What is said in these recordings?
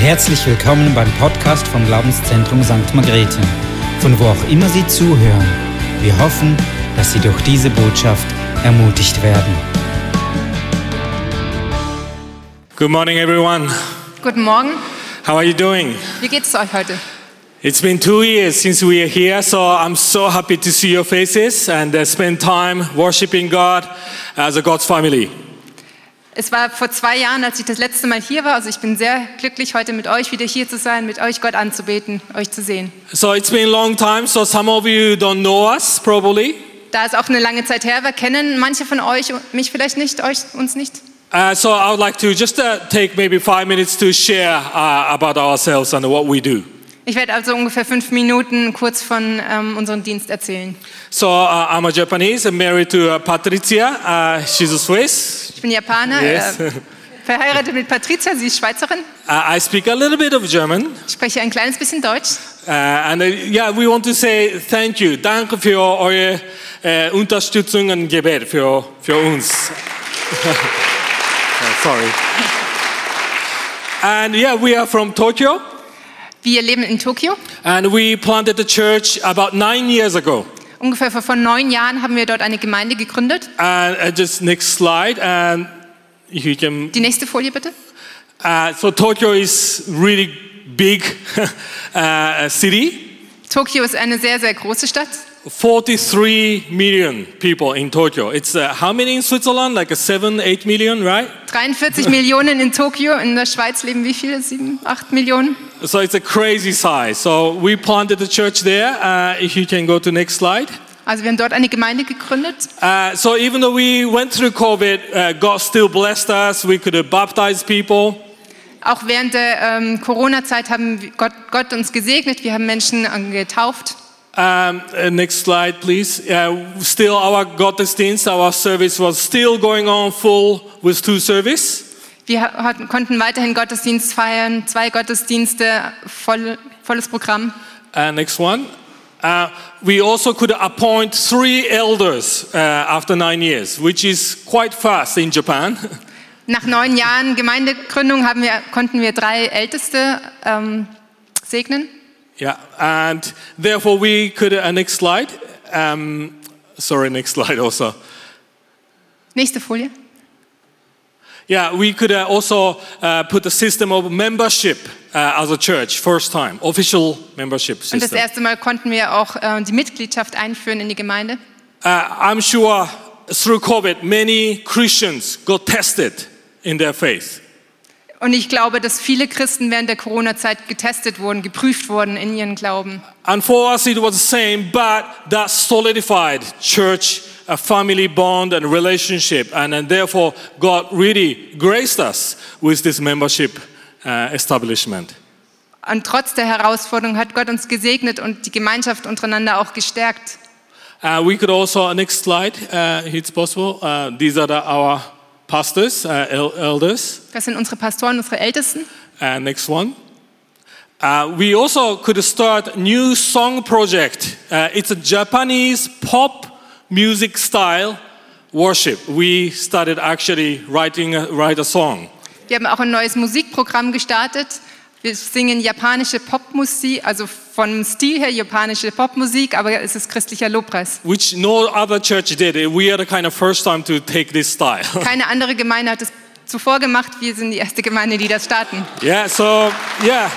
Herzlich willkommen beim Podcast vom Glaubenszentrum St. Margrethe, von wo auch immer Sie zuhören. Wir hoffen, dass Sie durch diese Botschaft ermutigt werden. Good morning, everyone. Guten Morgen. How are you doing? Wie geht es euch heute? It's been two years since we are here, so I'm so happy to see your faces and uh, spend time worshiping God as a God's family. Es war vor zwei Jahren, als ich das letzte Mal hier war. Also ich bin sehr glücklich, heute mit euch wieder hier zu sein, mit euch Gott anzubeten, euch zu sehen. So it's been a long time, so some of you don't know us probably. Da es auch eine lange Zeit her war, kennen manche von euch mich vielleicht nicht, euch uns nicht. Uh, so I would like to just uh, take maybe five minutes to share uh, about ourselves and what we do. Ich werde also ungefähr fünf Minuten kurz von ähm, unserem Dienst erzählen. So uh, I'm a Japanese, I'm married to uh, Patricia, uh, she's a Swiss. Ich bin Japaner, Yes. äh, verheiratet mit Patricia, sie ist Schweizerin. Uh, I speak a little bit of German. Ich spreche ein kleines bisschen Deutsch. Uh, and uh, yeah, we want to say thank you. Danke für eure uh, Unterstützung und Gebet für, für uns. Uh, sorry. And yeah, we are from Tokyo Wir leben in Tokio. and we planted the church about nine years ago. Ungefähr vor, vor neun Jahren haben wir dort eine Gemeinde gegründet. And uh, just next slide and you can Die nächste Folie bitte. Uh, so Tokyo is really big uh, city. Tokio ist eine sehr, sehr große Stadt. 43 million people in Tokyo. It's uh, how many in Switzerland? Like a seven, eight million, right? 43 Millionen in Tokio, in der Schweiz leben wie viele? Sieben, acht Millionen. So it's a crazy size. So we planted the church there. Uh, if you can go to next slide. Also wir haben dort eine Gemeinde gegründet. Uh, so even though we went through COVID, uh, God still blessed us. We could have baptized people. Auch während der ähm, Corona-Zeit haben Gott, Gott uns gesegnet, wir haben Menschen äh, getauft. Um, uh, next slide, please. Uh, still our Gottesdienst, our service was still going on full with two service. Wir ha- hatten, konnten weiterhin Gottesdienst feiern, zwei Gottesdienste, voll, volles Programm. Uh, next one. Uh, we also could appoint three elders uh, after nine years, which is quite fast in Japan. Nach neun Jahren Gemeindegründung haben wir, konnten wir drei Älteste ähm, segnen. yeah, and therefore we could. Uh, next slide. Um, sorry, next slide also. Nächste Folie. Yeah, we could uh, also uh, put a system of membership uh, as a church, first time, official membership Und das system. erste Mal konnten wir auch äh, die Mitgliedschaft einführen in die Gemeinde. Uh, I'm sure through COVID, many Christians got tested in their faith. Und ich glaube, dass viele Christen während der Corona-Zeit getestet wurden, geprüft wurden in ihren Glauben. And for us, it was the same, but that solidified church, a family bond and relationship. And, and therefore, God really graced us with this membership uh, establishment. Und trotz der Herausforderung hat Gott uns gesegnet und die Gemeinschaft untereinander auch gestärkt. Uh, we could also, next slide, uh, if it's possible. Uh, these are the, our pastors, uh, el- elders. Das sind unsere Pastoren, unsere Ältesten. Uh, next one. Uh, we also could start new song project. Uh, it's a Japanese pop music style worship. We started actually writing a, write a song. Wir haben auch ein neues Musikprogramm gestartet. Wir singen japanische Popmusik, also vom Stil her japanische Popmusik, aber es ist christlicher Lobpreis. Which no other church did. We are the kind of first time to take this style. Keine andere Gemeinde hat es zuvor gemacht. Wir sind die erste Gemeinde, die das starten. yeah, so yeah.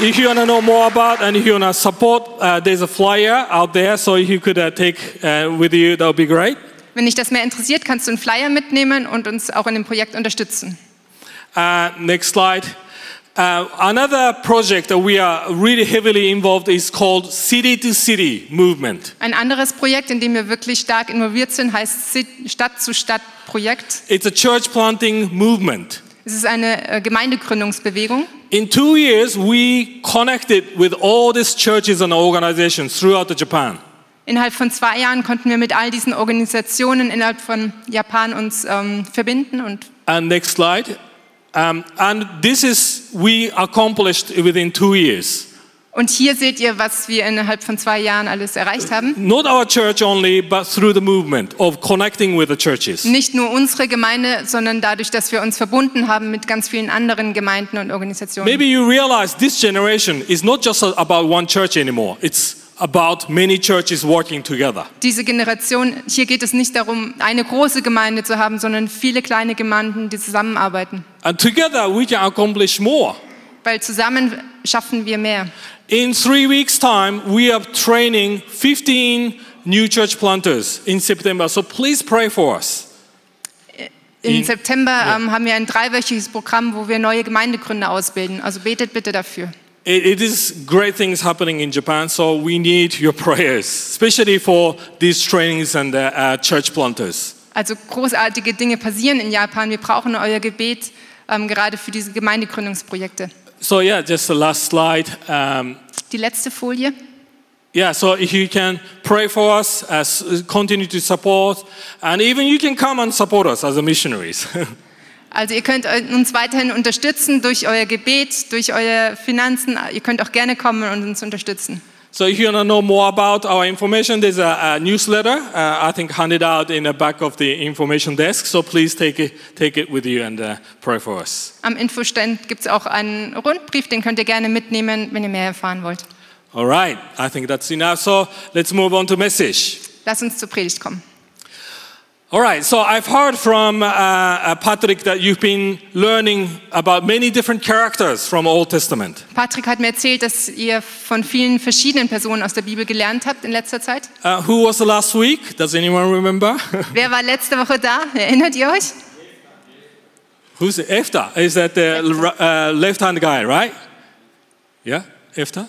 If you want to know more about and if you want to support, uh, there's a flyer out there. So if you could uh, take uh, with you, that would be great. Wenn dich das mehr interessiert, kannst du einen Flyer mitnehmen und uns auch in dem Projekt unterstützen. Uh, next slide. Uh, another project that we are really heavily involved is called City to City Movement. Ein anderes Projekt, in dem wir wirklich stark involviert sind, heißt Si- Stadt-zu-Stadt-Projekt. It's a church planting movement. Es ist eine äh, Gemeindegründungsbewegung. In two years, we connected with all these churches and organizations throughout Japan. Innerhalb von zwei Jahren konnten wir mit all diesen Organisationen innerhalb von Japan uns ähm, verbinden und And Uh, next slide. Um, and this is we accomplished within two years. Und hier seht ihr, was wir innerhalb von zwei Jahren alles erreicht haben. Not our church only, but through the movement of connecting with the churches. Nicht nur unsere Gemeinde, sondern dadurch, dass wir uns verbunden haben mit ganz vielen anderen Gemeinden und Organisationen. Maybe you realize this generation is not just about one church anymore. It's about many churches working together. Diese Generation, hier geht es nicht darum, eine große Gemeinde zu haben, sondern viele kleine Gemeinden, die zusammenarbeiten. And together we can accomplish more. Weil zusammen schaffen wir mehr. In three weeks' time, we are training 15 new church planters in September. So please pray for us. Im In- September ähm, haben wir ein dreiwöchiges Programm, wo wir neue Gemeindegründer ausbilden. Also betet bitte dafür. It- it is great things happening in Japan, so we need your prayers, especially for these trainings and uh, uh, church planters. Also großartige Dinge passieren in Japan. Wir brauchen euer Gebet, ähm, gerade für diese Gemeindegründungsprojekte. So yeah, just the last slide. Um, Die letzte Folie. yeah, so if you can pray for us, uh, s- continue to support, and even you can come and support us as a missionaries. Also ihr könnt uns weiterhin unterstützen durch euer Gebet, durch eure Finanzen. Ihr könnt auch gerne kommen und uns unterstützen. So if you want to know more about our information, there's a, a newsletter uh, I think handed out in the back of the information desk. So please take it, take it with you and uh, pray for us. Am Infostand gibt es auch einen Rundbrief, den könnt ihr gerne mitnehmen, wenn ihr mehr erfahren wollt. All right, I think that's enough. So let's move on to message. Lasst uns zur Predigt kommen. All right, so I've heard from uh, uh, Patrick that you've been learning about many different characters from Old Testament. Patrick hat mir erzählt, dass ihr von vielen verschiedenen Personen aus der Bibel gelernt habt in letzter Zeit. Uh, who was the last week? Does anyone remember? Wer war letzte Woche da? Erinnert ihr euch? Who's it? Efta? Is that the uh, left-hand guy, right? Yeah, Efta?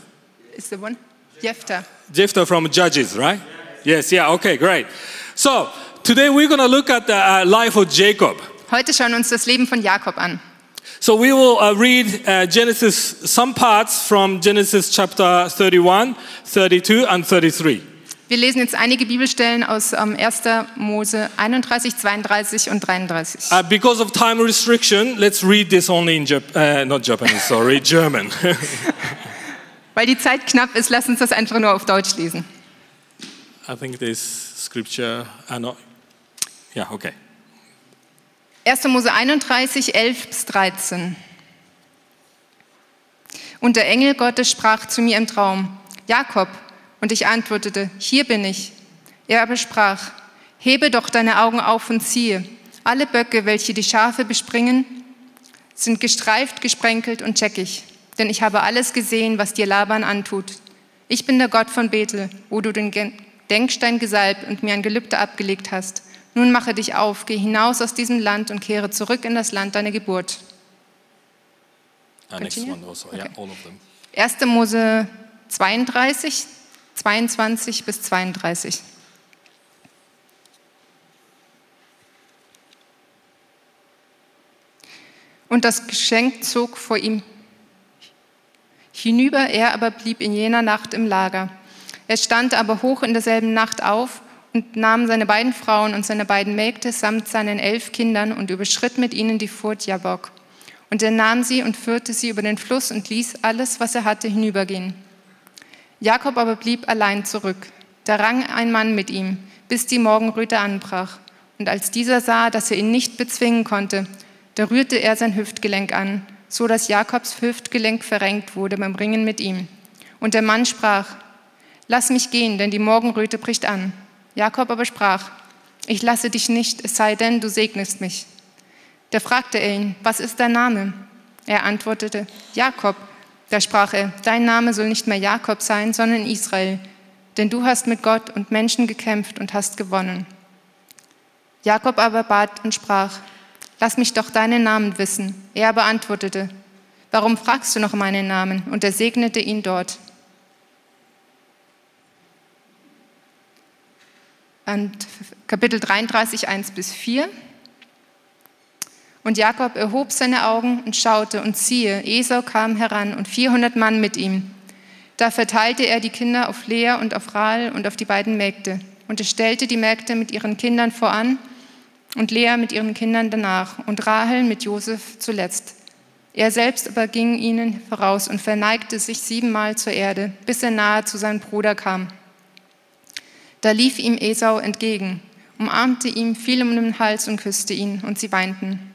Ist the one? Jefter. Jephthah from Judges, right? Yes, yeah, okay, great. So, today we're going to look at the uh, life of Jacob. Heute schauen wir uns das Leben von Jakob an. So, we will uh, read uh, Genesis, some parts from Genesis chapter 31, 32, and 33. Wir lesen jetzt einige Bibelstellen aus ähm, 1. Mose 31, 32 und 33. Uh, because of time restriction, let's read this only in Jap- uh, not Japanese, sorry, German. Weil die Zeit knapp ist, lass uns das einfach nur auf Deutsch lesen. I think this scripture, uh, no. yeah, okay. 1. Mose 31, 11 bis 13. Und der Engel Gottes sprach zu mir im Traum, Jakob. Und ich antwortete, hier bin ich. Er aber sprach, hebe doch deine Augen auf und ziehe. Alle Böcke, welche die Schafe bespringen, sind gestreift, gesprenkelt und checkig. Denn ich habe alles gesehen, was dir Laban antut. Ich bin der Gott von Bethel, wo du den Gen- Denkstein gesalbt und mir ein Gelübde abgelegt hast. Nun mache dich auf, geh hinaus aus diesem Land und kehre zurück in das Land deiner Geburt. Uh, next Continue? one also, yeah, Okay. all of them. 1. Mose 32, 22 bis 32. Und das Geschenk zog vor ihm hinüber, er aber blieb in jener Nacht im Lager. Er stand aber hoch in derselben Nacht auf und nahm seine beiden Frauen und seine beiden Mägde samt seinen elf Kindern und überschritt mit ihnen die Furt Jabok. Und er nahm sie und führte sie über den Fluss und ließ alles, was er hatte, hinübergehen. Jakob aber blieb allein zurück. Da rang ein Mann mit ihm, bis die Morgenröte anbrach. Und als dieser sah, dass er ihn nicht bezwingen konnte, da rührte er sein Hüftgelenk an, so dass Jakobs Hüftgelenk verrenkt wurde beim Ringen mit ihm. Und der Mann sprach, Lass mich gehen, denn die Morgenröte bricht an. Jakob aber sprach, Ich lasse dich nicht, es sei denn, du segnest mich. Da fragte er ihn, was ist dein Name? Er antwortete, Jakob. Da sprach er, dein Name soll nicht mehr Jakob sein, sondern Israel, denn du hast mit Gott und Menschen gekämpft und hast gewonnen. Jakob aber bat und sprach, lass mich doch deinen Namen wissen. Er aber antwortete, warum fragst du noch meinen Namen? Und er segnete ihn dort. Und Kapitel 33, 1 bis 4. Und Jakob erhob seine Augen und schaute, und siehe, Esau kam heran und 400 Mann mit ihm. Da verteilte er die Kinder auf Lea und auf Rahl und auf die beiden Mägde. Und er stellte die Mägde mit ihren Kindern voran und Lea mit ihren Kindern danach und Rahel mit Josef zuletzt. Er selbst aber ging ihnen voraus und verneigte sich siebenmal zur Erde, bis er nahe zu seinem Bruder kam. Da lief ihm Esau entgegen, umarmte ihn, fiel um den Hals und küsste ihn, und sie weinten.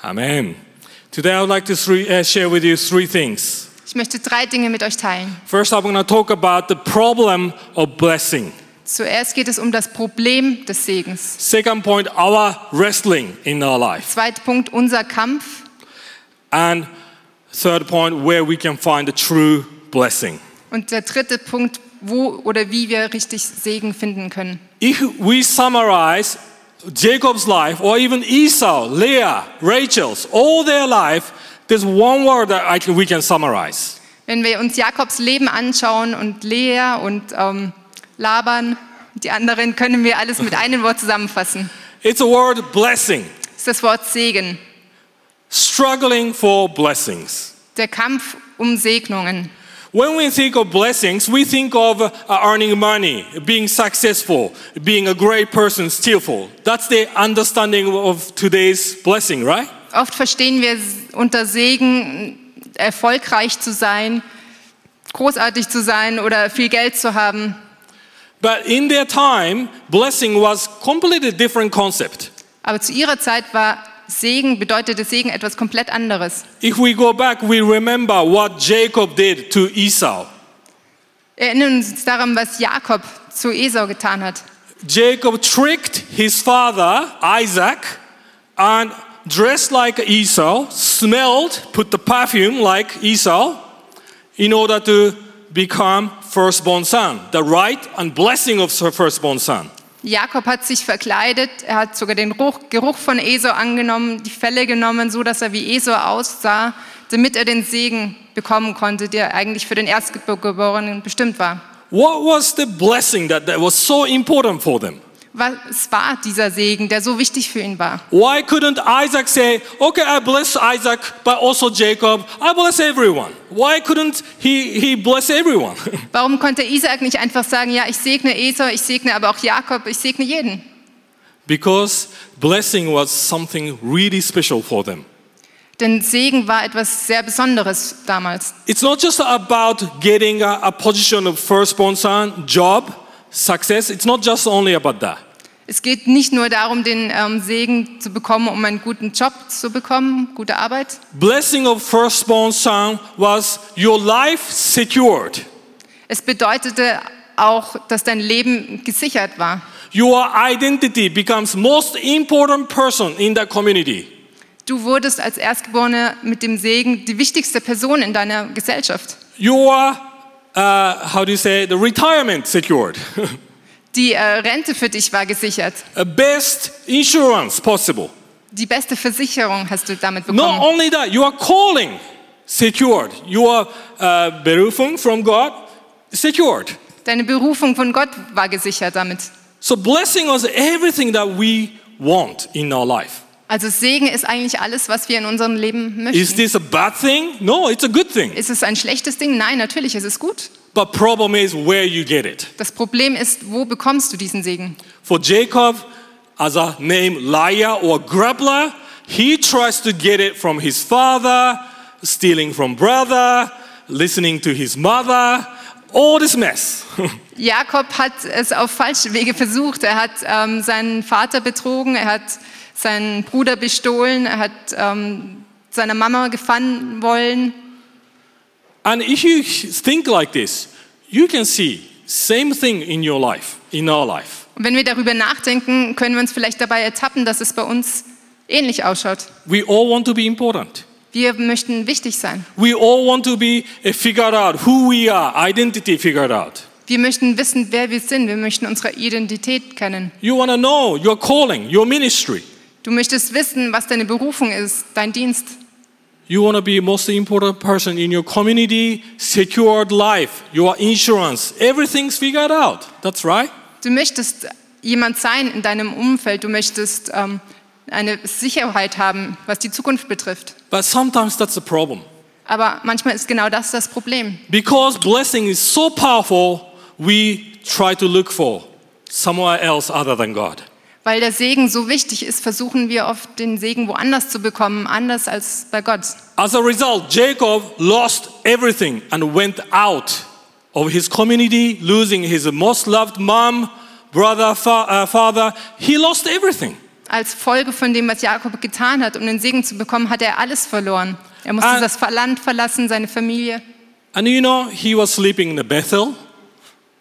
Amen. Today I would like to three, uh, share with you three things. Ich möchte drei Dinge mit euch teilen. First, I'm going to talk about the problem of blessing. Zuerst geht es um das Problem des Segens. Second point, our wrestling in our life. Zweiter Punkt, unser Kampf. And third point, where we can find the true blessing. Und der dritte Punkt, wo oder wie wir richtig Segen finden können. If we summarize Jacob's life, or even Esau, Leah, Rachel's, all their life, there's one word that I can, we can summarize. Wenn wir uns Jakobs Leben anschauen und Lea und ähm, Laban, die anderen, können wir alles mit einem Wort zusammenfassen. It's a word blessing, Das ist das Wort Segen, struggling for blessings. der Kampf um Segnungen. When we think of blessings, we think of uh, earning money, being successful, being a great person, skillful. That's the understanding of today's blessing, right? Oft verstehen wir unter Segen erfolgreich zu sein, großartig zu sein oder viel Geld zu haben. But in their time, blessing was completely different concept. Aber zu ihrer Zeit war Segen, bedeutete Segen etwas komplett anderes. If we go back, we remember what Jacob did to Esau. Erinnern uns daran, was Jakob zu Esau getan hat. Jacob tricked his father, Isaac, and dressed like Esau, smelled, put the perfume like Esau, in order to become firstborn son, the right and blessing of her firstborn son. Jakob hat sich verkleidet, er hat sogar den Ruch, Geruch von Esau angenommen, die Felle genommen, so dass er wie Esau aussah, damit er den Segen bekommen konnte, der eigentlich für den Erstgeborenen bestimmt war. What was the blessing that, that was so important for them? Was war dieser Segen, der so wichtig für ihn war? Why couldn't Isaac say, okay, I bless Isaac, but also Jacob, I bless everyone? Why couldn't he, he bless everyone? Warum konnte Isaac nicht einfach sagen, ja, ich segne Esau, ich segne aber auch Jakob, ich segne jeden? because blessing was something really special for them. Denn Segen war etwas sehr Besonderes damals. It's not just about getting a, a position of firstborn son, job, success. It's not just only about that. Es geht nicht nur darum, den ähm, Segen zu bekommen, um einen guten Job zu bekommen, gute Arbeit. Blessing of firstborn son was your life secured. Es bedeutete auch, dass dein Leben gesichert war. Your identity becomes most important person in that community. Du wurdest als Erstgeborene mit dem Segen die wichtigste Person in deiner Gesellschaft. Your uh, how do you say the retirement secured? Die äh, Rente für dich war gesichert. Uh, Best insurance possible. Die beste Versicherung hast du damit Not bekommen. only that, your calling secured. Your uh, berufung from God secured. Deine Berufung von Gott war gesichert damit. So blessing was everything that we want in our life. Also Segen ist eigentlich alles, was wir in unserem Leben Is möchten. this a bad thing? No, it's a good thing. Ist es ein schlechtes Ding? Nein, natürlich ist es gut. But problem is where you get it. Das Problem ist, wo bekommst du diesen Segen? For Jacob, as a name liar or grubbler, he tries to get it from his father, stealing from brother, listening to his mother, all this mess. Jakob hat es auf falsche Wege versucht. Er hat ähm, seinen Vater betrogen, er hat seinen Bruder bestohlen, er hat ähm, seine Mama gefangen wollen. And if you think like this, you can see same thing in your life, in our life. Und wenn wir darüber nachdenken, können wir uns vielleicht dabei ertappen, dass es bei uns ähnlich ausschaut. We all want to be important. Wir möchten wichtig sein. We all want to be eh, figured out who we are, identity figured out. Wir möchten wissen, wer wir sind. Wir möchten unsere Identität kennen. You want to know your calling, your ministry. Du möchtest wissen, was deine Berufung ist, dein Dienst. You want to be most important person in your community, secured life, your insurance, everything's figured out. That's right. Du möchtest jemand sein in deinem Umfeld. Du möchtest ähm, eine Sicherheit haben, was die Zukunft betrifft. But sometimes that's a problem. Aber manchmal ist genau das das Problem. Because blessing is so powerful, we try to look for somewhere else other than God. Weil der Segen so wichtig ist, versuchen wir oft den Segen woanders zu bekommen, anders als bei Gott. As a result, Jacob lost everything and went out of his community, losing his most loved mom, brother, fa- uh, father. He lost everything. Als Folge von dem, was Jakob getan hat, um den Segen zu bekommen, hat er alles verloren. Er musste Ah. das Land verlassen, seine Familie. And you know, he was sleeping in the Bethel,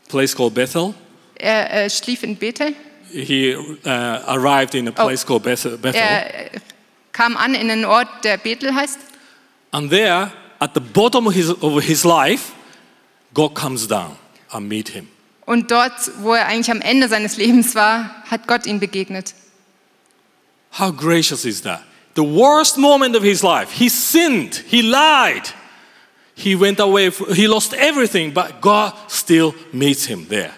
place called Bethel. Er äh, schlief in Bethel. He uh, arrived in a place called Beth- Bethel. Er äh, kam an in einen Ort, der Bethel heißt. And there, at the bottom of his, of his life, God comes down and meet him. Und dort, wo er eigentlich am Ende seines Lebens war, hat Gott ihm begegnet. How gracious is that? The worst moment of his life, he sinned, he lied, he went away, f- he lost everything, but God still meets him there.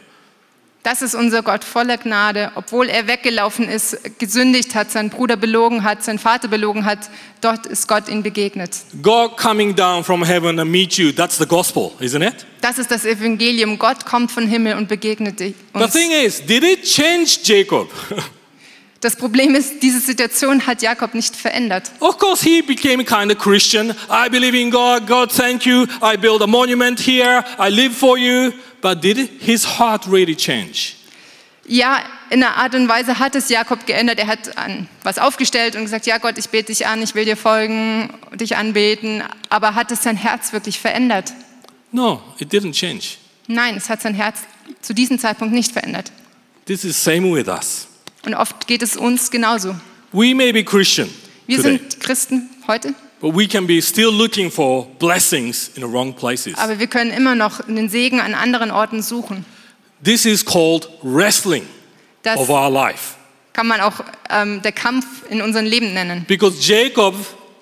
Das ist unser Gott voller Gnade. Obwohl er weggelaufen ist, gesündigt hat, seinen Bruder belogen hat, seinen Vater belogen hat, dort ist Gott ihm begegnet. God coming down from heaven and meet you, that's the gospel, isn't it? Das ist das Evangelium. Gott kommt von Himmel und begegnet dich- The uns. thing is, did it change Jacob? Das Problem ist, diese Situation hat Jakob nicht verändert. of course, he became kind of Christian. I believe in God, God, thank you. I build a monument here, I live for you. But did his heart really change? Ja, in einer Art und Weise hat es Jakob geändert. Er hat an was aufgestellt und gesagt, ja Gott, ich bete dich an, ich will dir folgen, dich anbeten. Aber hat es sein Herz wirklich verändert? No, it didn't change. Nein, es hat sein Herz zu diesem Zeitpunkt nicht verändert. This is same with us. Und oft geht es uns genauso. We may be Christian Wir today, sind Christen heute, but we can be still looking for blessings in the wrong places. aber wir können immer noch den Segen an anderen Orten suchen. This is called wrestling Das of our life. kann man auch ähm, der Kampf in unserem Leben nennen. Because Jacob,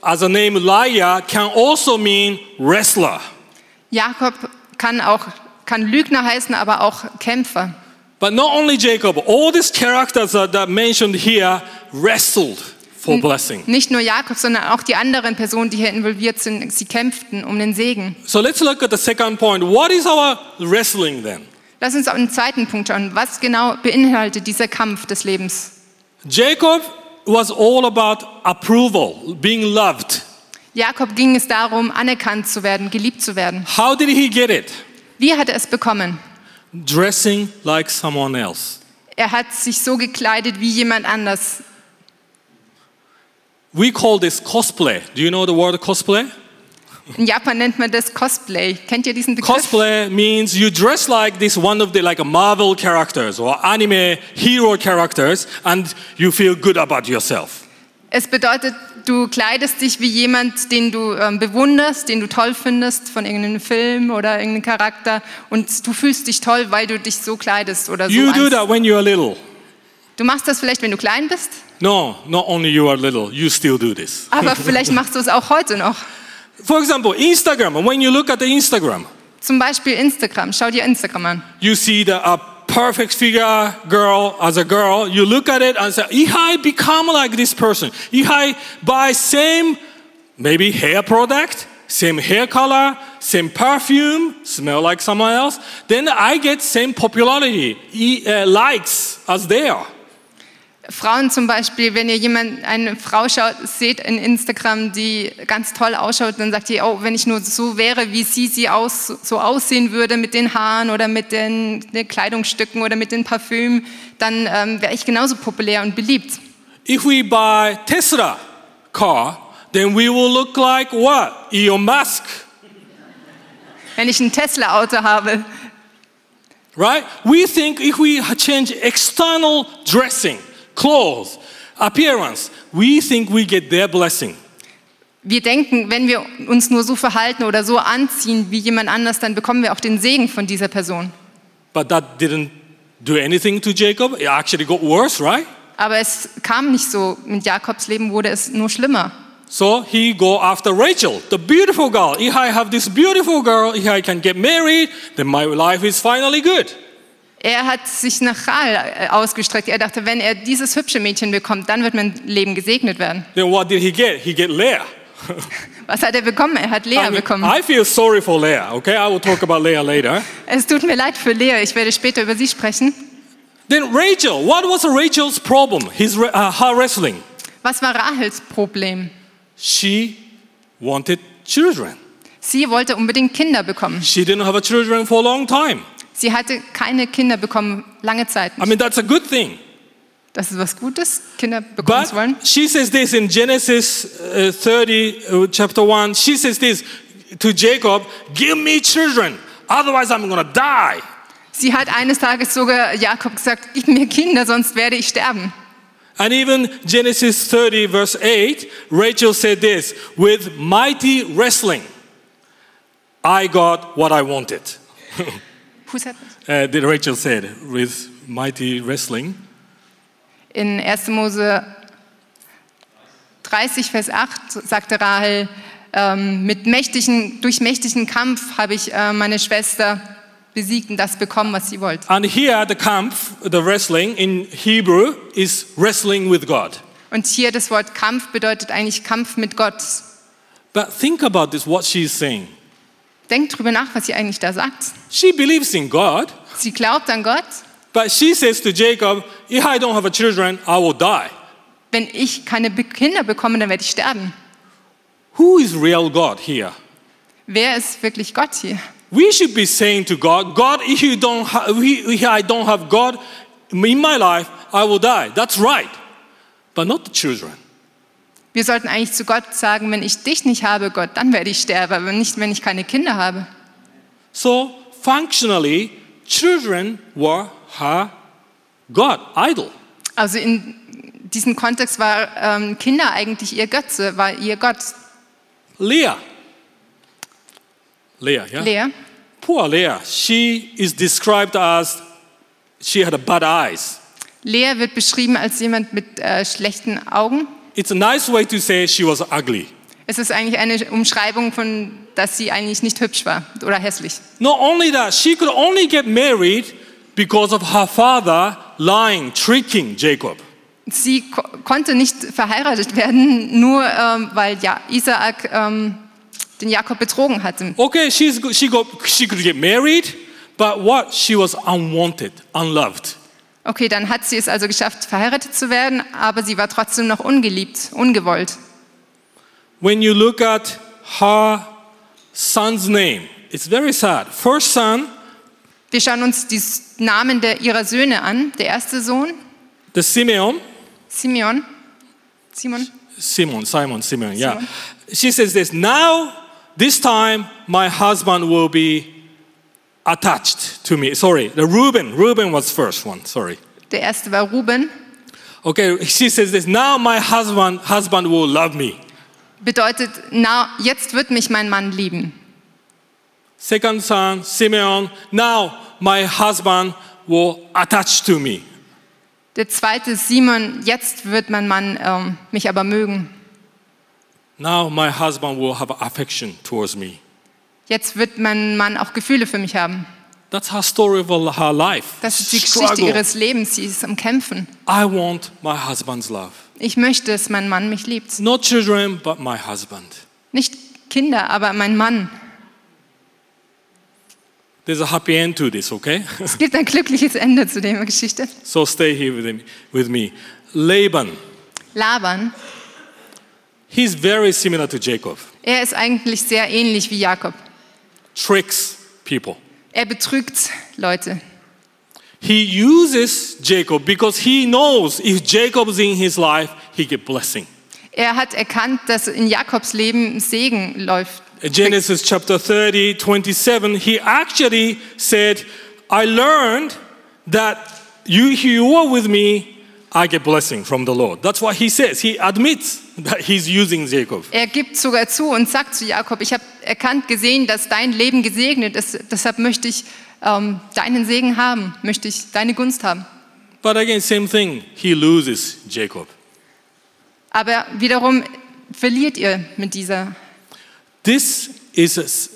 as a name liar, can also mean wrestler. Jakob kann auch kann Lügner heißen, aber auch Kämpfer. But not only Jacob, all these characters that, that mentioned here wrestled for blessing. Nicht nur Jakob, sondern auch die anderen Personen, die hier involviert sind, sie kämpften um den Segen. So let's look at the second point. What is our wrestling then? Lass uns auf den zweiten Punkt schauen. Was genau beinhaltet dieser Kampf des Lebens? Jacob was all about approval, being loved. Jakob ging es darum, anerkannt zu werden, geliebt zu werden. How did he get it? Wie hat er es bekommen? dressing like someone else. Er hat sich so gekleidet wie jemand anders. We call this cosplay. Do you know the word cosplay? In Japan nennt man das Cosplay. Kennt ihr diesen Begriff? Cosplay means you dress like this one of the like Marvel characters or anime hero characters and you feel good about yourself. Es bedeutet, du kleidest dich wie jemand, den du ähm, bewunderst, den du toll findest von irgendeinem Film oder irgendeinem Charakter und du fühlst dich toll, weil du dich so kleidest oder so. You do anziehst. that when you are little. Du machst das vielleicht, wenn du klein bist, No, not only you are little, you still do this. aber vielleicht machst du es auch heute noch. For example, Instagram, when you look at the Instagram, Zum Beispiel Instagram. Schau dir Instagram an. you see the a perfect figure girl as a girl you look at it and say if i become like this person if i buy same maybe hair product same hair color same perfume smell like someone else then i get same popularity e- uh, likes as they are Frauen zum Beispiel, wenn ihr jemand, eine Frau schaut, seht in Instagram, die ganz toll ausschaut, dann sagt ihr, oh, wenn ich nur so wäre, wie sie, sie aus, so aussehen würde mit den Haaren oder mit den, den Kleidungsstücken oder mit den Parfümen, dann ähm, wäre ich genauso populär und beliebt. if we buy tesla car then we will look like what elon musk Wenn ich ein Tesla-Auto habe, right? We think if we change external dressing, clothes, appearance, we think we get their blessing. wir denken, wenn wir uns nur so verhalten oder so anziehen wie jemand anders, dann bekommen wir auch den Segen von dieser Person. But that didn't do anything to Jacob. It actually got worse, right? Aber es kam nicht so. Mit Jakobs Leben wurde es nur schlimmer. So he go after Rachel, the beautiful girl. If I have this beautiful girl, if I can get married, then my life is finally good. Er hat sich nach Rahl äh, ausgestreckt. Er dachte, wenn er dieses hübsche Mädchen bekommt, dann wird mein Leben gesegnet werden. Then what did he get? He get Leah. Was hat er bekommen? Er hat Lea I mean, bekommen. I feel sorry for Leah. Okay, I will talk about Leah later. Es tut mir leid für Lea. Ich werde später über sie sprechen. Then Rachel, what was Rachel's problem? His, re- uh, her wrestling. Was war Rahels Problem? She wanted children. Sie wollte unbedingt Kinder bekommen. She didn't have a children for a long time. Sie hatte keine Kinder bekommen, lange Zeit. I Nicht. mean, that's a good thing. Das ist was Gutes, Kinder bekommen zu wollen. But she says this in Genesis uh, 30, uh, chapter 1. She says this to Jacob Give me children, otherwise I'm going to die. Sie hat eines Tages sogar Jakob gesagt, gib mir Kinder, sonst werde ich sterben. And even Genesis 30, verse 8, Rachel said this With mighty wrestling, I got what I wanted. Who said that? Uh, did Rachel said, With mighty wrestling, In 1. Mose 30, Vers 8 sagte Rahel, ähm, mit mächtigen, durch mächtigen Kampf habe ich äh, meine Schwester besiegt und das bekommen, was sie wollte. And here, the kampf, the wrestling in Hebrew, is wrestling with God. Und hier das Wort Kampf bedeutet eigentlich Kampf mit Gott. But think about this what she's saying. Denkt drüber nach, was sie eigentlich da sagt. She believes in God, Sie glaubt an Gott. but she says to Jacob, If I don't have a children, I will die. Wenn ich keine Be- Kinder bekomme, dann werde ich sterben. Who is real God here? Wer ist wirklich Gott hier? We should be saying to God, God, if, you don't ha- if I don't have God in my life, I will die. That's right. But not the children. Wir sollten eigentlich zu Gott sagen, wenn ich dich nicht habe, Gott, dann werde ich sterben, aber nicht, wenn ich keine Kinder habe. So functionally, children were her God, idol. Also in diesem Kontext war ähm, Kinder eigentlich ihr Götze, war ihr Gott. Leah. Leah, yeah? Lea, Poor Leah. She is described as she had bad eyes. Lea wird beschrieben als jemand mit äh, schlechten Augen. It's a nice way to say she was ugly. Es ist eigentlich eine Umschreibung von, dass sie eigentlich nicht hübsch war oder hässlich. Not only that, she could only get married because of her father lying, tricking Jacob. Sie ko konnte nicht verheiratet werden, nur ähm, weil ja, Isaak ähm, den Jakob betrogen hatte. Okay, she's, go- she, got, she could get married, but what? She was unwanted, unloved. Okay, dann hat sie es also geschafft, verheiratet zu werden, aber sie war trotzdem noch ungeliebt, ungewollt. When you look at her son's name, it's very sad. First son, Wir schauen uns die S- Namen der, ihrer Söhne an. Der erste Sohn, the Simeon, Simeon. Simon. Simon, Simon, Simon, yeah. She says this now, this time, my husband will be attached to me. Sorry, the Reuben. Reuben was first one, sorry. Der erste war Ruben. Okay, she says this now, my husband, husband will love me. Bedeutet, na, jetzt wird mich mein Mann lieben. Second son, Simeon, now my husband will attach to me. Der zweite Simon, jetzt wird mein Mann ähm, mich aber mögen. Now my husband will have affection towards me. Jetzt wird mein Mann auch Gefühle für mich haben. That's her story of her life. Das ist die Geschichte Struggle. ihres Lebens. Sie ist am Kämpfen. I want my husband's love. Ich möchte, dass mein Mann mich liebt. Not children, but my husband. Nicht Kinder, aber mein Mann. There's a happy end to this, okay? Es gibt ein glückliches Ende zu der Geschichte. so stay here with, him, with me. Laban, Laban, he's very similar to Jacob. er ist eigentlich sehr ähnlich wie Jakob. Tricks people. Er betrügt Leute. He uses Jacob because he knows if Jacob's in his life, he get blessing. Er hat erkannt, dass in Jakobs Leben Segen läuft. Genesis chapter 30, 27, he actually said, I learned that you, if you are with me, I get blessing from the Lord. That's what he says. He admits that he's using Jacob. Er gibt sogar zu und sagt zu Jakob, ich habe erkannt, gesehen, dass dein Leben gesegnet ist. Deshalb möchte ich ähm, deinen Segen haben, möchte ich deine Gunst haben. But again, same thing. He loses Jacob. Aber wiederum verliert ihr mit dieser. This is s-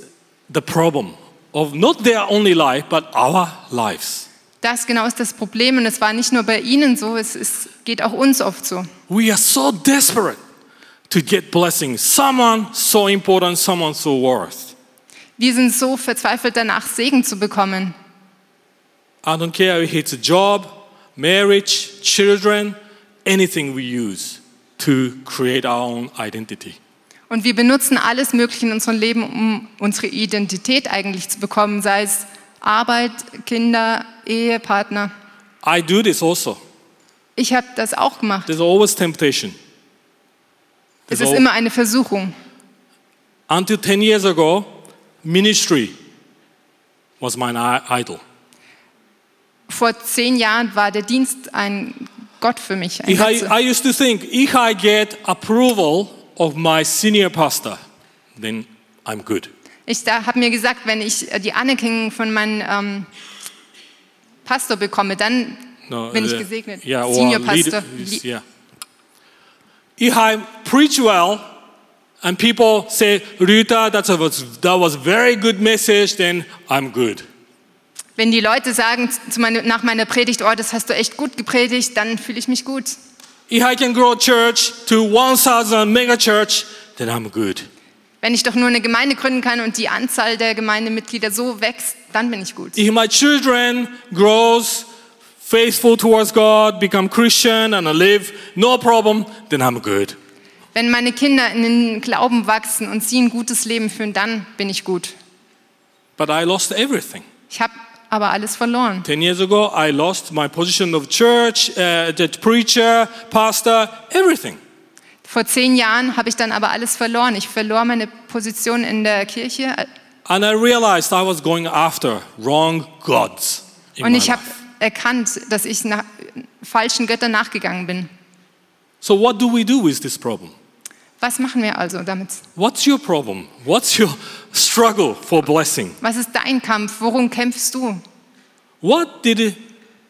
the problem of not their only life, but our lives. Das genau ist das Problem und es war nicht nur bei Ihnen so, es, es geht auch uns oft so. We are so desperate to get blessings. Someone so important, someone so worth. Wir sind so verzweifelt danach, Segen zu bekommen. I don't care if it's a job, marriage, children, anything we use to create our own identity. Und wir benutzen alles Mögliche in unserem Leben, um unsere Identität eigentlich zu bekommen, sei es Arbeit, Kinder, Ehe, Partner. I do this also. Ich habe das auch gemacht. There's always temptation. Es There's ist al- immer eine Versuchung. Until 10 years ago, ministry was my i- idol. Vor zehn Jahren war der Dienst ein Gott für mich. Ein If Gott I, zu- I used to think if I get approval of my senior pastor, then I'm good. Ich habe mir gesagt, wenn ich äh, die Anerkennung von meinem ähm, Pastor bekomme, dann No, bin ich the- gesegnet. Yeah, or Senior leader- Pastor. is- Li- yeah. If I preach well and people say, Rita, that's a, was, that was very good message, then I'm good. Wenn die Leute sagen zu meine, nach meiner Predigt, oh, das hast du echt gut gepredigt, dann fühle ich mich gut. If I can grow a church to 1,000 mega church, then I'm good. Wenn ich doch nur eine Gemeinde gründen kann und die Anzahl der Gemeindemitglieder so wächst, dann bin ich gut. If my children grows faithful towards God, become Christian and I live, no problem, then I'm good. Wenn meine Kinder in den Glauben wachsen und sie ein gutes Leben führen, dann bin ich gut. But I lost everything. Ich habe aber alles verloren. Ten years ago, I lost my position of church, uh, the preacher, pastor, everything. Vor zehn Jahren habe ich dann aber alles verloren. Ich verlor meine Position in der Kirche äh, And I realized I was going after wrong gods in und my ich habe life. erkannt, dass ich nach, falschen Göttern nachgegangen bin. So what do we do with this problem? Was machen wir also damit? What's your problem? What's your struggle for blessing? Was ist dein Kampf? Worum kämpfst du? What did it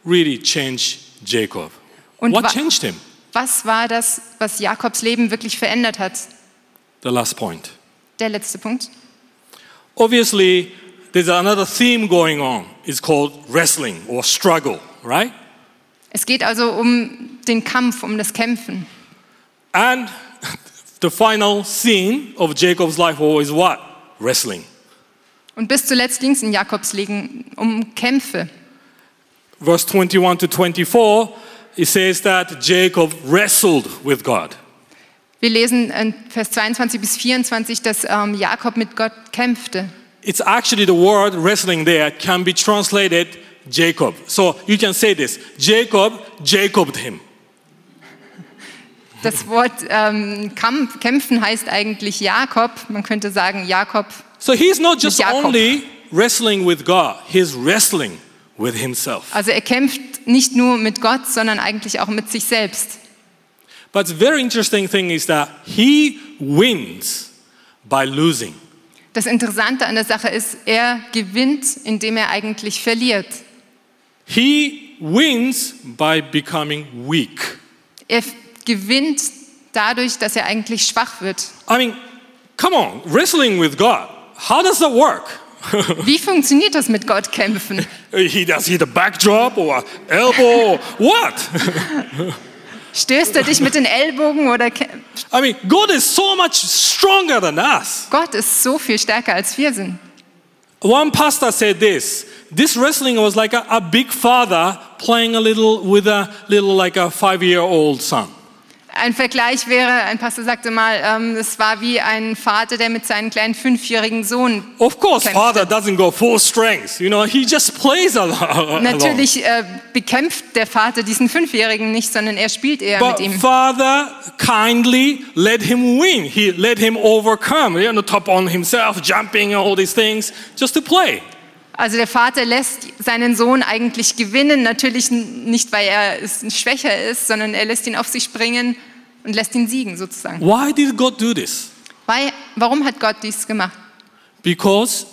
really change Jacob? Und wa- what changed him? Was war das, was Jakobs Leben wirklich verändert hat? The last point. Der letzte Punkt. Obviously, there's another theme going on. It's called wrestling or struggle, right? Es geht also um den Kampf, um das Kämpfen. And the final scene of Jacob's life was what? Wrestling. Und bis zuletzt ging es in Jakobs Leben um Kämpfe. Verse 21 to 24, it says that Jacob wrestled with God. Wir lesen in Vers 22 bis 24, dass ähm, Jakob mit Gott kämpfte. It's actually the word wrestling there can be translated Jacob. So you can say this Jacob Jacobbed him. Das Wort ähm, Kampf, kämpfen heißt eigentlich Jakob. Man könnte sagen Jakob. So he's not just Jacob. only wrestling with God, he's wrestling with himself. Also er kämpft nicht nur mit Gott, sondern eigentlich auch mit sich selbst. But the very interesting thing is that he wins by losing. Das Interessante an der Sache ist, er gewinnt, indem er eigentlich verliert. He wins by becoming weak. Er f- gewinnt dadurch, dass er eigentlich schwach wird. I mean, come on, wrestling with God. How does that work? Uh, Wie funktioniert das mit Gott kämpfen? He does he the backdrop or elbow or what? Stößt er dich mit den Ellbogen oder kä- I mean, God is so much stronger than us. Gott ist so viel stärker als wir sind. One pastor said this. This wrestling was like a, a big father playing a little with a little like a five-year-old son. Ein Vergleich wäre, ein Pastor sagte mal, ähm, es war wie ein Vater, der mit seinem kleinen fünfjährigen Sohn. Of course, Can- father doesn't go full strength. You know, he just plays a, a, along. Natürlich äh, bekämpft der Vater diesen Fünfjährigen nicht, sondern er spielt eher But mit ihm. Father kindly let him win. He let him overcome. You know, top on himself, jumping and all these things, just to play. Also der Vater lässt seinen Sohn eigentlich gewinnen, natürlich n- nicht, weil er es schwächer ist, sondern er lässt ihn auf sich springen und lässt ihn siegen sozusagen. Why did God do this? Weil, warum hat Gott dies gemacht? Because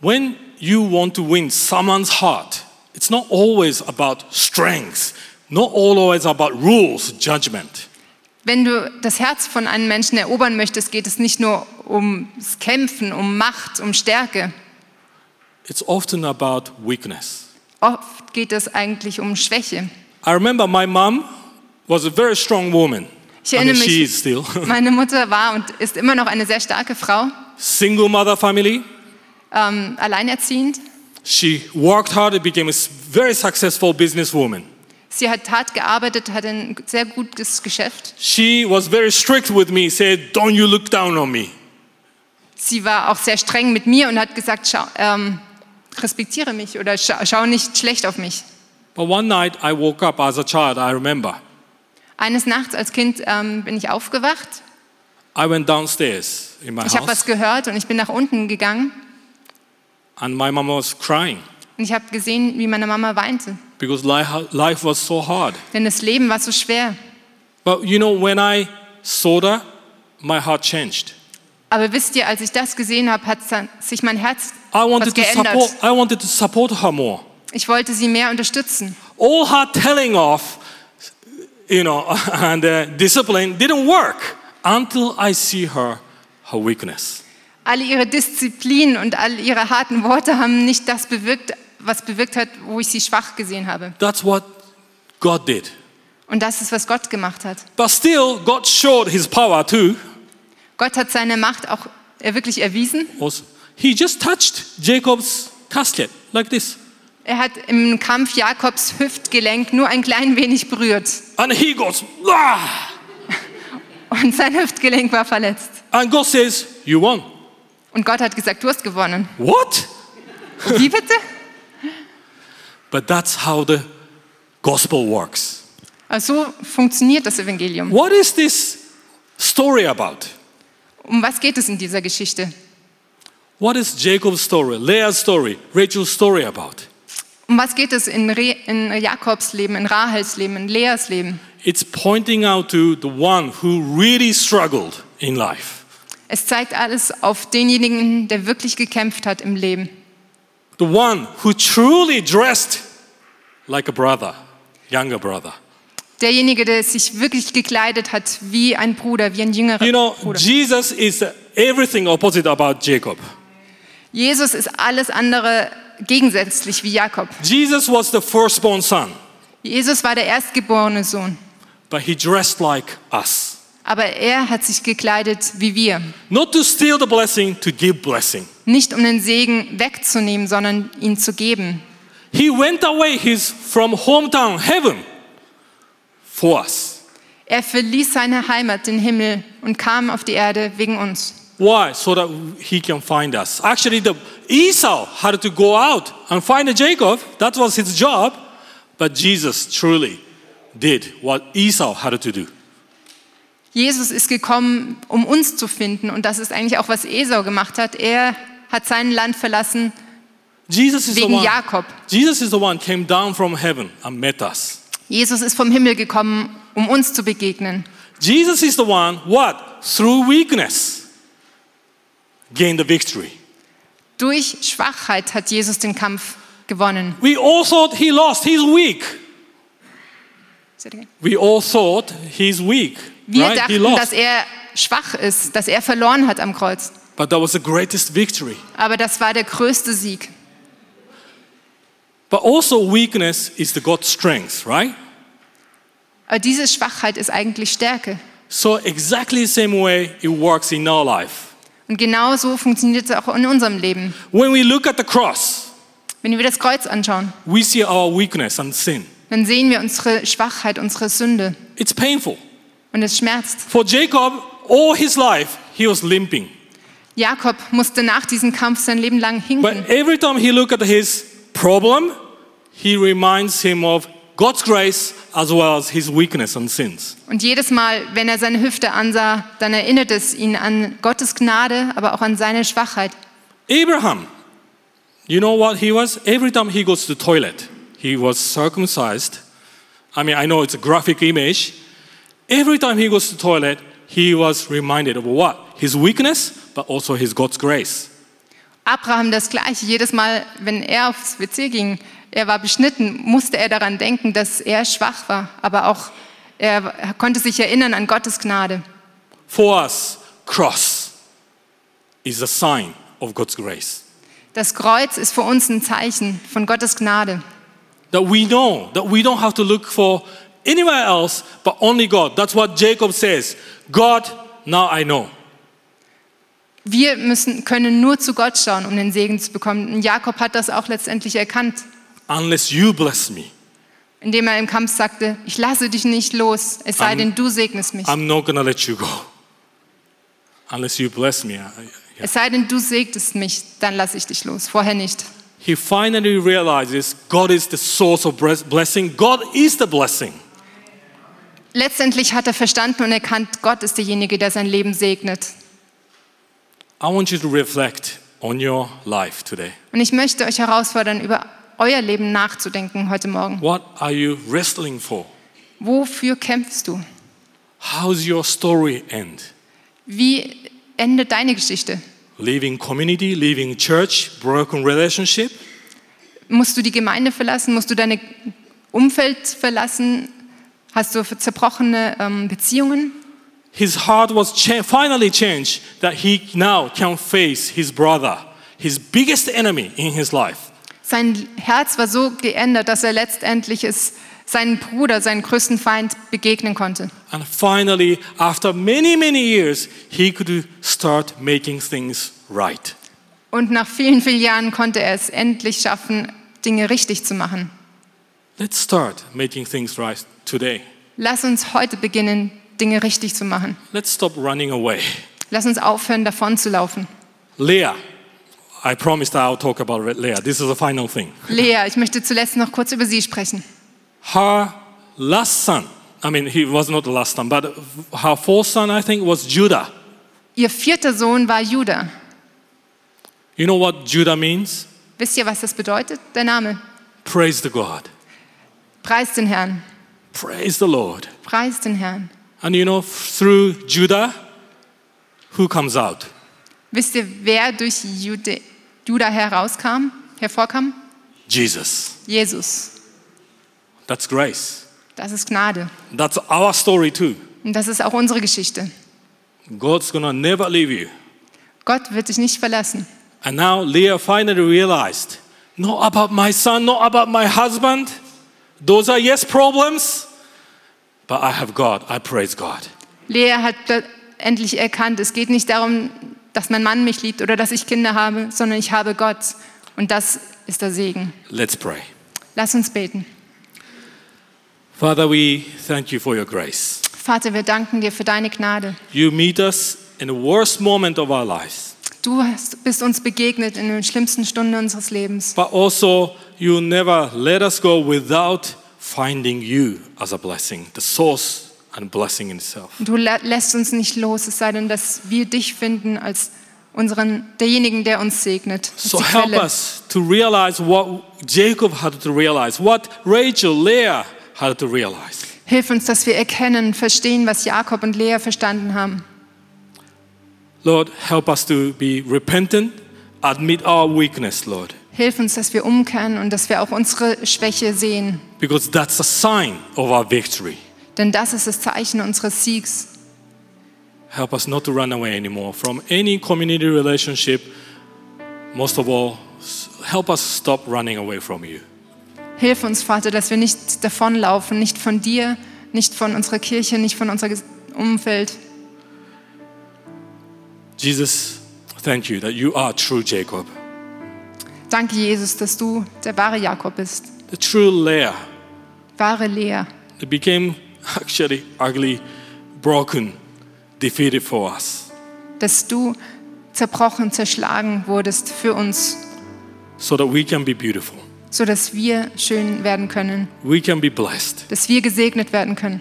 when you want to win someone's heart, it's not always about strength, not always about rules, judgment. Wenn du das Herz von einem Menschen erobern möchtest, geht es nicht nur ums Kämpfen, um Macht, um Stärke. It's often about weakness. Oft geht es eigentlich um Schwäche. I remember my mom was a very strong woman. Ich I mean, erinnere mich- she is still. Meine Mutter war und ist immer noch eine sehr starke Frau, Single mother family. ähm, alleinerziehend. She worked hard and became a s- very successful businesswoman. Sie hat hart gearbeitet, hat ein sehr gutes Geschäft. She was very strict with me, said, Don't you look down on me. Sie war auch sehr streng mit mir und hat gesagt, schau, ähm, respektiere mich oder schau, schau nicht schlecht auf mich. But one night I woke up as a child, I remember. Eines Nachts als Kind ähm, bin ich aufgewacht. I went downstairs in my Ich habe was house gehört und ich bin nach unten gegangen and my mom was crying und ich habe gesehen, wie meine Mama weinte. because life, life was so hard. Denn das Leben war so schwer. But you know, when I saw that, my heart changed. Aber wisst ihr, als ich das gesehen habe, hat dann sich mein Herz I was wanted, to support, geändert. I wanted to support her more. Ich wollte sie mehr unterstützen. All her telling off, you know, and uh, discipline didn't work until I see her, her weakness. Alle ihre Disziplin und all ihre harten Worte haben nicht das bewirkt, was bewirkt hat, wo ich sie schwach gesehen habe. That's what God did. Und das ist, was Gott gemacht hat. But still, God showed his power too. Gott hat seine Macht auch äh, wirklich erwiesen. Also, he just touched Jacob's casket like this. Er hat im Kampf Jakobs Hüftgelenk nur ein klein wenig berührt And he goes, ah! und sein Hüftgelenk war verletzt. And God says, You won. Und Gott hat gesagt, du hast gewonnen. What? Wie bitte? But that's how the gospel works. Also so funktioniert das Evangelium. What is this story about? Um was geht es in dieser Geschichte? What is Jacob's story, Leah's story, Rachel's story about? Um was geht es in, Re in Jakobs Leben, in Rahels Leben, in Leas Leben? It's pointing out to the one who really struggled in life, Es zeigt alles auf denjenigen, der wirklich gekämpft hat im Leben. the one who truly dressed like a brother, younger brother. Derjenige, der sich wirklich gekleidet hat wie ein Bruder, wie ein jüngerer You know, Bruder. Jesus is everything opposite about Jacob. Jesus ist alles andere gegensätzlich wie Jakob. Jesus was the firstborn son, Jesus war der erstgeborene Sohn, but he dressed like us. aber er hat sich gekleidet wie wir. Not to steal the blessing, to give blessing. Nicht um den Segen wegzunehmen, sondern ihn zu geben. He went away his from hometown heaven for us. Er verließ seine Heimat, den Himmel, und kam auf die Erde wegen uns. Why? So that he can find us. Actually, the Esau had to go out and find Jacob. That was his job. But Jesus truly did what Esau had to do. Jesus ist gekommen, um uns zu finden. Und das ist eigentlich auch, was Esau gemacht hat. Er hat sein Land verlassen Jesus is the wegen one. Jakob. Jesus is the one came down from heaven and met us. Jesus ist vom Himmel gekommen, um uns zu begegnen. Jesus is the one what through weakness gained the victory. Durch Schwachheit hat Jesus den Kampf gewonnen. We all thought he lost. He's weak. We all thought he's weak. Wir right? He dachten, lost. dass er schwach ist, dass er verloren hat am Kreuz. But that was the greatest victory. Aber das war der größte Sieg. But also weakness is the God's strength, right? Aber diese Schwachheit ist eigentlich Stärke. So exactly the same way it works in our life. Und genau so funktioniert es auch in unserem Leben. When we look at the cross, Wenn wir das Kreuz anschauen, we see our weakness and sin. dann sehen wir unsere Schwachheit, unsere Sünde. It's painful. Und es schmerzt. For Jacob, all his life, he was limping. Jakob musste nach diesem Kampf sein Leben lang But hinken. every time he looked at his problem, he reminds him of God's grace as well as his weakness and sins. Und jedes Mal, wenn er seine Hüfte ansah, dann erinnert es ihn an Gottes Gnade, aber auch an seine Schwachheit. Abraham, you know what he was? Every time he goes to the toilet, he was circumcised. I mean, I know it's a graphic image. Every time he goes to the toilet, he was reminded of what? His weakness, but also his God's grace. Abraham das Gleiche. Jedes Mal, wenn er aufs WC ging, er war beschnitten, musste er daran denken, dass er schwach war, aber auch er konnte sich erinnern an Gottes Gnade. For us, cross is a sign of God's grace. Das Kreuz ist für uns ein Zeichen von Gottes Gnade. That we know that we don't have to look for anywhere else but only God. That's what Jacob says. God, now I know. Wir müssen, können nur zu Gott schauen, um den Segen zu bekommen. Und Jakob hat das auch letztendlich erkannt. Unless you bless me, indem er im Kampf sagte, ich lasse dich nicht los, es sei Am- denn, du segnest mich. I'm not going to let you go unless you bless me. I- I- Es sei denn, du segnest mich, dann lasse ich dich los. Vorher nicht. He finally realizes God is the source of bless- blessing, God is the blessing. Letztendlich hat er verstanden und erkannt, Gott ist derjenige, der sein Leben segnet. I want you to reflect on your life today. Und ich möchte euch herausfordern, über euer Leben nachzudenken heute Morgen. What are you wrestling for? Wofür kämpfst du? How's your story end? Wie endet deine Geschichte? Leaving community, leaving church, broken relationship? Musst du die Gemeinde verlassen? Musst du dein Umfeld verlassen? Hast du zerbrochene ähm, Beziehungen? His heart was cha- finally changed that he now can face his brother, his biggest enemy in his life. Sein Herz war so geändert, dass er letztendlich es seinen Bruder, seinen größten Feind, begegnen konnte. And finally, after many, many years, he could start making things right. Und nach vielen, vielen Jahren konnte er es endlich schaffen, Dinge richtig zu machen. Let's start making things right today. Lass uns heute beginnen, Dinge richtig zu machen. Let's stop running away. Lass uns aufhören, davon zu laufen. Leah, I promised I'll talk about Leah. This is the final thing. Lea, ich möchte zuletzt noch kurz über Sie sprechen. her last son, I mean, he was not the last son, but her fourth son, I think, was Judah. Ihr vierter Sohn war Judah. You know what Judah means? Wisst ihr, was das bedeutet? Der Name. Praise the God. Preis den Herrn. Praise the Lord. Preis den Herrn. And you know, through Judah, who comes out? Wisst ihr, wer durch Jude, Judah herauskam, hervorkam? Jesus. Jesus. That's grace. Das ist Gnade. That's our story too. Und das ist auch unsere Geschichte. God's gonna never leave you. Gott wird dich nicht verlassen. And now Leah finally realized not about my son, not about my husband. Those are, yes, problems, but I have God. I praise God. Lea hat pl- endlich erkannt, es geht nicht darum, dass mein Mann mich liebt oder dass ich Kinder habe, sondern ich habe Gott. Und das ist der Segen. Let's pray. Lass uns beten. Father, we thank you for your grace. Vater, wir danken dir für deine Gnade. You meet us in the worst moment of our lives, Du hast, bist uns begegnet in den schlimmsten Stunden unseres Lebens. but also you never let us go without finding you as a blessing, the source and blessing in itself. Du lä- lässt uns nicht los, es sei denn, dass wir dich finden als unseren, derjenigen, der uns segnet. als So die help Quelle. us to realize what Jacob had to realize, what Rachel, Leah had to realize. Hilf uns, dass wir erkennen, verstehen, was Jakob und Lea verstanden haben. Lord, help us to be repentant, admit our weakness, Lord, Hilf uns, dass wir umkehren und dass wir auch unsere Schwäche sehen. because that's a sign of our victory. Denn das ist das Zeichen unseres Siegs. Help us not to run away anymore from any community relationship. Most of all, s- help us stop running away from you. Hilf uns, Vater, dass wir nicht davonlaufen, nicht von dir, nicht von unserer Kirche, nicht von unserem Ges- Umfeld. Jesus, thank you that you are true Jacob, Danke, Jesus, dass du der wahre Jakob bist, the true Leah wahre Lea. that became actually ugly, broken, defeated for us, dass du zerbrochen, zerschlagen wurdest für uns, so that we can be beautiful, sodass wir schön werden können, we can be blessed, dass wir gesegnet werden können,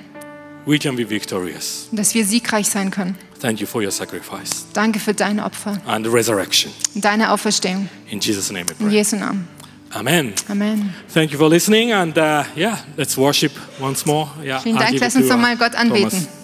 we can be victorious. dass wir siegreich sein können. Thank you for your sacrifice Danke für dein Opfer, and resurrection. deine Auferstehung. In Jesus' name we In pray. Jesu Namen. Amen. Amen. Thank you for listening, and uh, yeah, let's worship once more. Yeah, Vielen I'll Dank. give it Lass uns to, uh, nochmal Gott anbeten. Thomas.